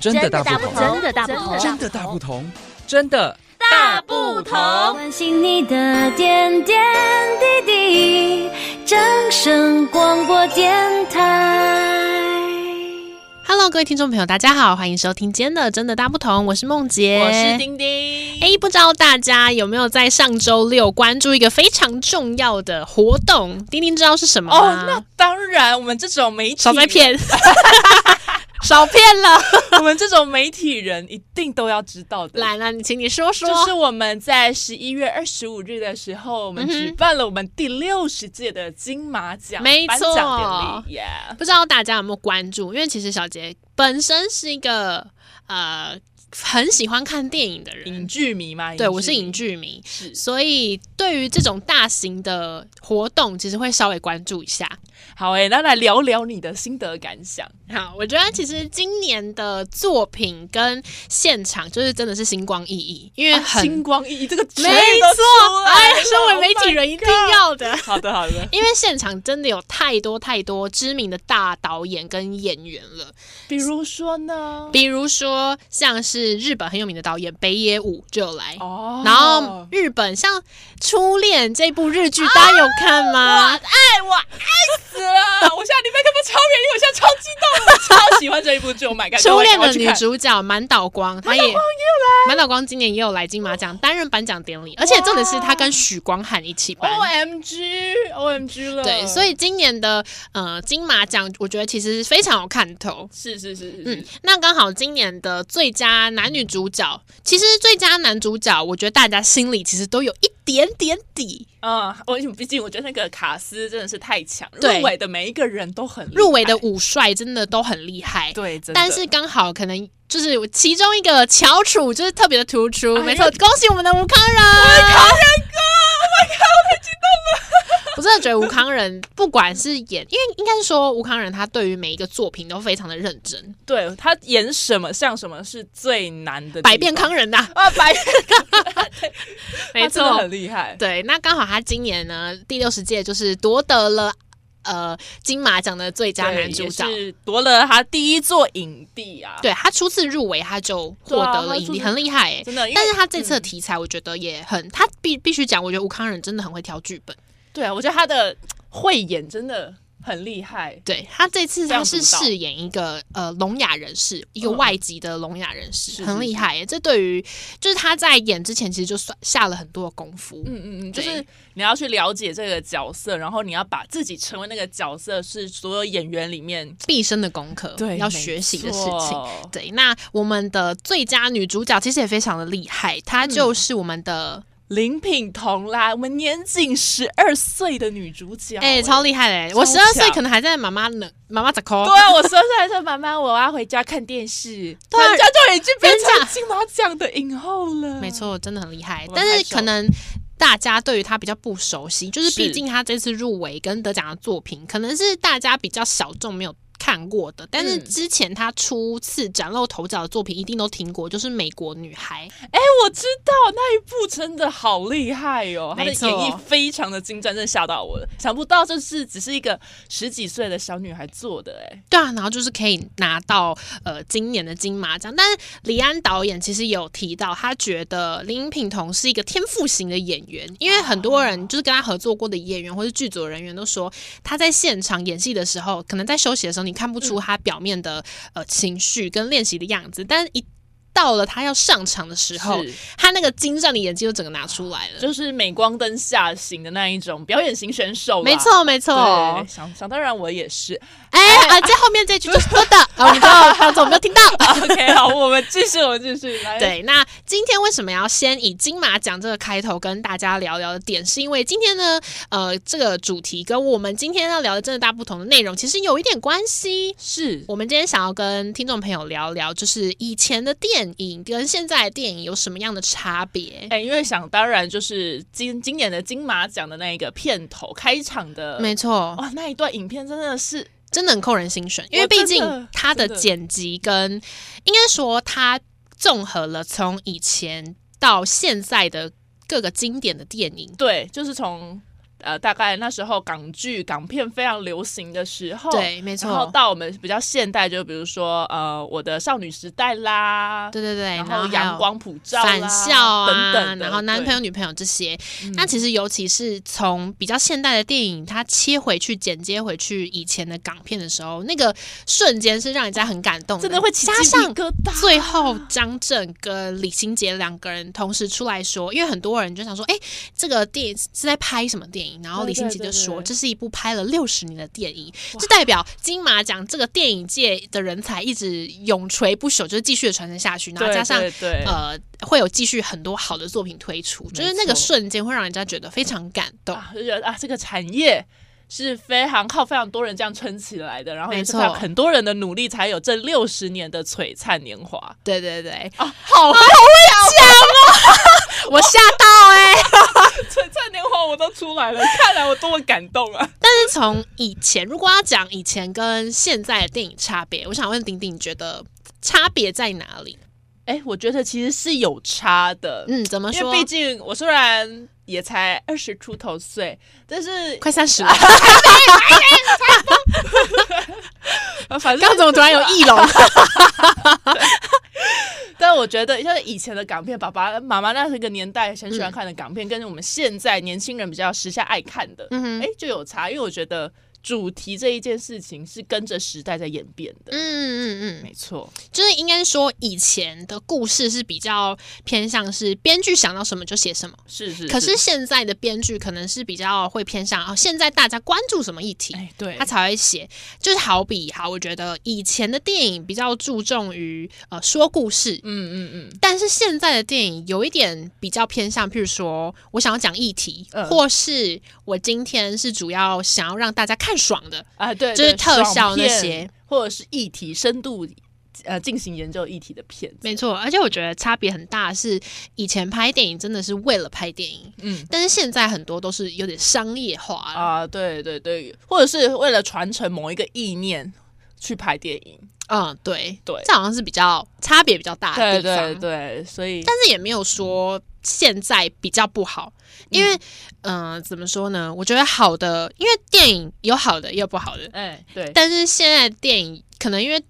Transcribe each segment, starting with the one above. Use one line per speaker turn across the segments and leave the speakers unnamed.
真的大
大
不
不
同，
同，的大不
同
真的大不同，真的
大不同。
关心你的点点滴滴，掌声广播电台。
Hello，各位听众朋友，大家好，欢迎收听今天的《真的大不同》，我是梦洁，
我是。丁丁，
哎，不知道大家有没有在上周六关注一个非常重要的活动？丁丁知道是什么
哦，
吗？
那当然，我们这种媒体
少被， 骗，少骗了。
我们这种媒体人一定都要知道的。
来了，你请你说说。
就是我们在十一月二十五日的时候，我们
嗯哼
举办了我们第六十届的金马奖
没
颁
错
奖典礼，Yeah，
不知道大家有没有关注？因为其实小杰本身是一个呃很喜欢看电影的
影
人，
剧迷嘛，
嗯对我是
迷
影，剧迷，
是
所以对于这种大型的活动，其实会稍微关注一下。
好诶、那来聊聊你的心得感想。
好，我觉得其实今年的作品跟现场就是真的是星光熠熠，因为
啊
很、
星光熠熠，这个词
没
语都出
错，
来
哎，
了
身为媒体
Oh my
人一定要的。
God 好的，好的，
因为现场真的有太多太多知名的大导演跟演员了，
比如说呢，
比如说像是日本很有名的导演北野武就有来，
哦
然后日本像《初恋》这部日剧，大家有看吗？
爱我爱死了！啊我现在你麦克风超远离我，现在超激动的，我超喜欢这一部剧。Oh my god！
初恋》
各位赶快
的
去
女
看
主角满岛光，她也满岛光今年也有来金马奖担任颁奖典礼，而且重点是她跟许光汉一起颁。
，OMG OMG 了。
对，所以今年的呃金马奖，我觉得其实非常有看头。
是是是是，
嗯
是，
那刚好今年的最佳男女主角，其实最佳男主角，我觉得大家心里其实都有一点点底。
嗯，我毕竟我觉得那个卡斯真的是太强，入
对
围的每一个人都很厉害
入围的五帅真的都很厉害，
对，真的
但是刚好可能就是其中一个翘楚就是特别的突出，
哎
没错，恭喜我们的吴康仁，吴康仁 哥，我 my god，我太激动了。我真的觉得吴康仁不管是演，因为应该是说吴康仁他对于每一个作品都非常的认真，
对他演什么像什么是最难的地方，
百变康仁呐、
啊，百变
没
他真的
错
很。厉害。
对，那刚好他今年呢第六十届就是夺得了呃金马奖的最佳
对
男主角
也，是夺了他第一座影帝啊！，
对他初次入围他就获
对啊他
得了影
初
帝，
次
很厉害哎、
真的，因为
但是他这次的
嗯
题材，我觉得也很，他必必须讲，我觉得吴康仁真的很会挑剧本。
对啊，我觉得他的慧眼真的很厉害。
对他这次
非常
他是
独到
饰演一个呃聋哑人士，一个
嗯
外籍的聋哑人士，
是
很
是
厉
是
害耶。这对于就是他在演之前，其实就算下了很多的功夫。
嗯嗯嗯，就
对
是你要去了解这个角色，然后你要把自己成为那个角色，是所有演员里面呃
毕生的功课，要学习的事情。。
没错
对，那我们的最佳女主角其实也非常的厉害，
嗯
她就是我们的
林品彤啦，我们年仅十二岁的女主角，
哎、超厉害嘞！
超
我十二岁
强
可能还在妈妈呢，妈妈咋抠？
对啊，我说出来说妈妈，我要回家看电视。
对啊
人家就已经变
人家
成金马奖的影后了。
没，错，真的很厉害
我。们
但
拍
是
手
可能大家对于他比较不熟悉，就是
是
毕竟他这次入围跟得奖的作品，可能是大家比较小众没有看过的。但是
嗯
之前他初次崭露头角的作品一定都听过，就是《美国女孩》。
哎，我知道那一部真的好厉害哦，她的
没
演
错
绎非常的精湛，真的吓到我了。想不到这是只是一个十几岁的小女孩做的，哎，
对啊，然后就是可以拿到呃今年的金马奖。但是李安导演其实有提到，他觉得林品彤是一个天赋型的演员，因为很多人就是跟他合作过的演员或是剧组人员都说，他在现场演戏的时候，可能在休息的时候你看不出他表面的、呃情绪跟练习的样子，但是一到了他要上场的时候，
是
他那个精湛的演技就整个拿出来了。
就是镁光灯下型的那一种表演型选手，
没。错，没错。
对，想想当然我也是。
哎啊，这后面这句 就是多的啊，你知道，当做我没有听到。
OK，好，我们继续，我们继续来。，
对，那今天为什么要先以金马奖这个开头跟大家聊聊的点，是因为今天呢，呃，这个主题跟我们今天要聊的真的大不同的内容其实有一点关系。
是
我们今天想要跟听众朋友聊聊，就是以前的电影跟现在的电影有什么样的差别？
哎、因为想当然就是今今年的金马奖的那一个片头开场的，
没错，
哇，那一段影片真的是
真的很扣人心弦，因为
哦我真
毕
的
竟它的
真的
剪辑跟应该说它综合了从以前到现在的各个经典的电影。
对，就是从呃，大概那时候港剧、港片非常流行的时候，
对，没
哦然后
错，
到我们比较现代，就比如说呃，我的少女时代啦，
对对对，
然
后
后
还有
阳光普照啦
返校啊，
等等的，嗯
然后男朋友、女朋友这些。那其实尤其是从比较现代的电影，它切回去、剪接回去以前的港片的时候，那个瞬间是让人家很感动
对真的会起
加
鸡
上
皮疙瘩。
最后，张震跟李心洁两个人同时出来说，因为很多人就想说，哎、这个电影是在拍什么电影？然后
对
李心
对
洁
对
就说，
对
这是一部拍了六十年的电影，这代表金马奖这个电影界的人才一直永垂不朽，就是继续的传承下去，然后
对
加上
对对
呃，会有继续很多好的作品推出，就是那个
错
瞬间会让人家觉得非常感动。
啊，就觉得啊，这个产业是非常靠非常多人这样撑起来的，然后也
没
是
错
靠很多人的努力才有这六十年的璀璨年华。
对对对，
好，
哦 我吓到哎、
璀璨年华我都出来了， 看来我多么感动啊！
但是从以前，如果要讲以前跟现在的电影差别，我想问丁丁，你觉得差别在哪里？
哎，我觉得其实是有差的，
嗯，怎么
因
说？
为毕竟我虽然也才二十出头岁，但是
快三十 了，
呃反正
刚怎么突然有翼 龙？
但我觉得像以前的港片，爸爸妈妈那是个年代很喜欢看的港片，跟我们现在年轻人比较时下爱看的，哎、
嗯哼，
就有差。因为我觉得主题这一件事情是跟着时代在演变的，
嗯嗯嗯，
没错，
就是应该说以前的故事是比较偏向是编剧想到什么就写什么，
是是
可是现在的编剧可能是比较会偏向哦，现在大家关注什么议题
哎、，对
他，才会写。就是好比好，我觉得以前的电影比较注重于呃说故事，
嗯嗯嗯，
但是现在的电影有一点比较偏向，譬如说我想要讲议题，
嗯
或是我今天是主要想要让大家看爽的，
啊对，
就是
对
特效
爽
那
片
些。
或者是议题深度呃进行研究议题的片子，
没错，而且我觉得差别很大的是，以前拍电影真的是为了拍电影，
嗯。
但是现在很多都是有点商业化了。
啊，对对对，或者是为了传承某一个意念去拍电影，
嗯，对
对
这好像是比较差别比较大
对
的地
对
方。
对，所以
但是也没有说现在比较不好，因为嗯、呃怎么说呢？我觉得好的，因为电影有好的也有不好的，
哎、对，
但是现在电影可能因为。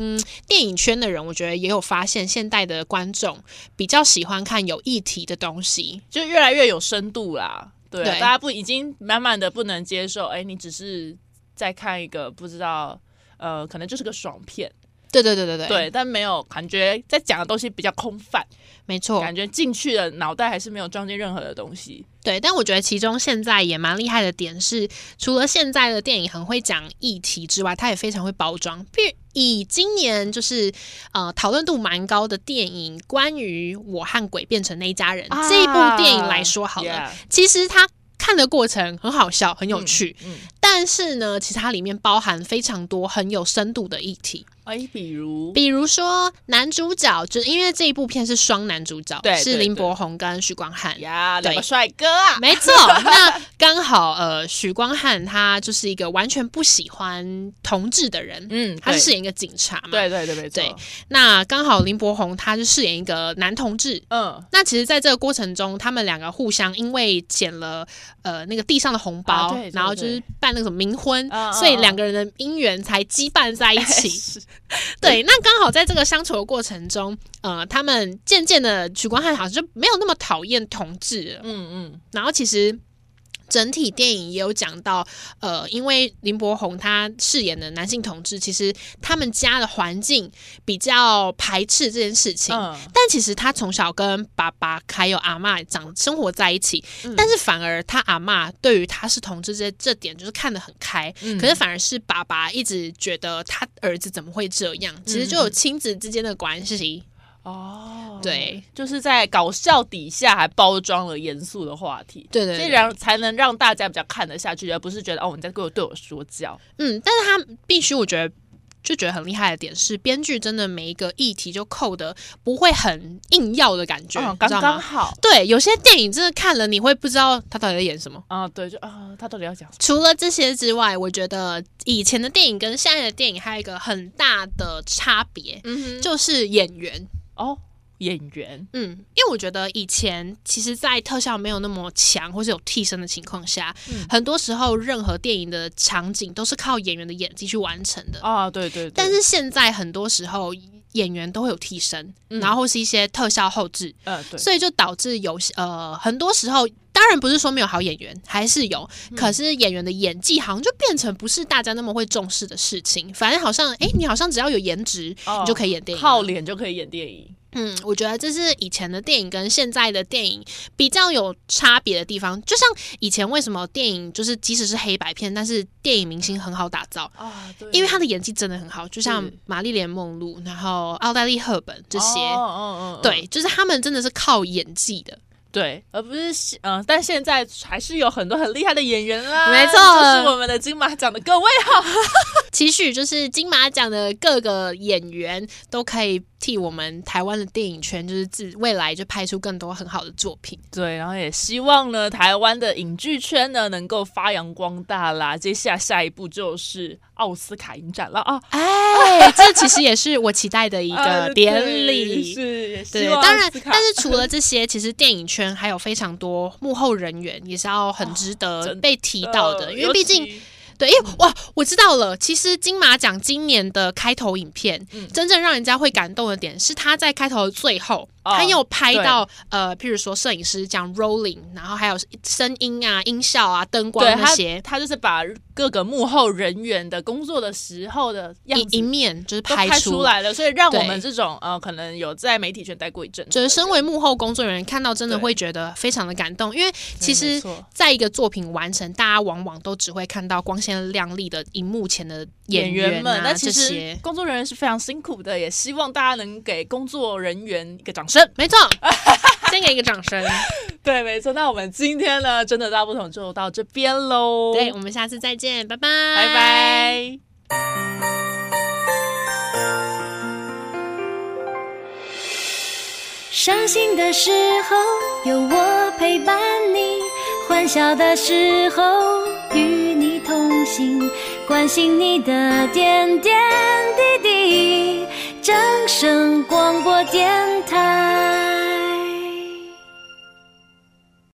嗯，电影圈的人，我觉得也有发现，现代的观众比较喜欢看有议题的东西。
就越来越有深度啦。对啊，
对
大家不已经慢慢的不能接受，哎、你只是在看一个不知道，呃，可能就是个爽片，
对对对对对，
对，但没有感觉在讲的东西比较空泛，
没错，
感觉进去了脑袋还是没有装进任何的东西。
对。但我觉得其中现在也蛮厉害的点是，除了现在的电影很会讲议题之外，它也非常会包装。比如以今年就是呃讨论度蛮高的电影《关于我和鬼变成那一家人》啊这一部电影来说好了，
啊 Yeah，
其实它看的过程很好笑，很有趣。
嗯，嗯
但是呢，其实它里面包含非常多很有深度的议题，
哎、比如，
比如说男主角，就是因为这一部片是双男主角，
对
是
对
林
对
柏宏跟许光汉。
呀，两
对
个帅哥啊，
没错，那刚好呃，许光汉他就是一个完全不喜欢同志的人，
嗯，
他是
对
饰演一个警察嘛。，
对对对，没错，
对那刚好林柏宏他是饰演一个男同志。
嗯，
那其实，在这个过程中，他们两个互相因为捡了呃那个地上的红包，
啊对对
然后就是办那个什么冥婚，
嗯嗯
所以两个人的姻缘才羁绊在一起。
是
对，那刚好在这个相处的过程中，呃，他们渐渐的许光汉好像就没有那么讨厌同志了。
嗯嗯，
然后其实。整体电影也有讲到，呃，因为林柏宏他饰演的男性同志，其实他们家的环境比较排斥这件事情，
嗯
但其实他从小跟爸爸还有阿嬷长生活在一起，但是反而他阿嬷对于他是同志这这点就是看得很开，
嗯
可是反而是爸爸一直觉得他儿子怎么会这样，其实就有亲子之间的关系，
哦，
对
就是在搞笑底下还包装了严肃的话题，
对对
所
对
以让才能让大家比较看得下去，而不是觉得哦你在对我对我说教。
嗯，但是他必须，我觉得就觉得很厉害的点是，编剧真的每一个议题就扣的不会很硬要的感觉，
嗯，
你
刚
知道
刚
吗？
好
对，有些电影真的看了你会不知道他到底在演什么。
啊、对，就啊、他到底要讲什么？
除了这些之外，我觉得以前的电影跟现在的电影还有一个很大的差别，
嗯哼，
就是演员。
哦，演员。
嗯，因为我觉得以前其实，在特效没有那么强或是有替身的情况下，
嗯
很多时候任何电影的场景都是靠演员的演技去完成的。
啊，对对对，
但是现在很多时候演员都会有替身，然后或是一些特效后置，
嗯呃，对，
所以就导致有些呃很多时候。当然不是说没有好演员，还是有，
嗯
可是演员的演技好像就变成不是大家那么会重视的事情。反正好像，哎、你好像只要有颜值，
哦
你就可以演电影啊了。
靠脸就可以演电影。
嗯，我觉得这是以前的电影跟现在的电影比较有差别的地方。就像以前为什么电影就是即使是黑白片，但是电影明星很好打造，
啊，对
因为他的演技真的很好，就像玛丽莲梦露，然后奥黛丽赫本这些。
哦哦哦，
对，就是他们真的是靠演技的，
对，而不是现嗯、但现在还是有很多很厉害的演员啦，
没错
就是我们的金马奖的各位哈，
期许就是金马奖的各个演员都可以替我们台湾的电影圈，就是自未来就拍出更多很好的作品。
对，然后也希望呢，台湾的影剧圈呢能够发扬光大啦。接下下一步就是奥斯卡影展了啊，
哎， 这其实也是我期待的 一
一
个典礼。
呃是，也
对
希，望
当然
奥斯，卡
但是除了这些，其实电影圈还有非常多幕后人员，也是要很值得
哦真
被提到的，
呃
因为毕
尤
竟。
其
对，因
嗯
为哇，我知道了。其实金马奖今年的开头影片，
嗯
真正让人家会感动的点是，他在开头的最后，
哦
他有拍到呃，譬如说摄影师讲 rolling，然后还有声音啊、音效啊、灯光
对
那
他
些，
他就是把各个幕后人员的工作的时候的样
一一
子
面就是
都拍
出
出。来了，所以让
对
我们这种呃，可能有在媒体圈待过一阵子的
就
人，
是身为幕后工作人员，看到真的
对
会觉得非常的感动，因为其
对没
实
错
在一个作品完成，大家往往都只会看到光鲜亮丽的荧幕前的
演
员
员们，
啊
那其
这
实
些
工作人员是非常辛苦的，也希望大家能给工作人员一个掌声。
没错，先给一个掌声。
对，没错。那我们今天呢，真的大不同就到这边喽。
对，我们下次再见，拜拜，
拜拜。
伤心的时候有我陪伴你，欢笑的时候与你同行，关心你的点点滴滴。掌声广播电台。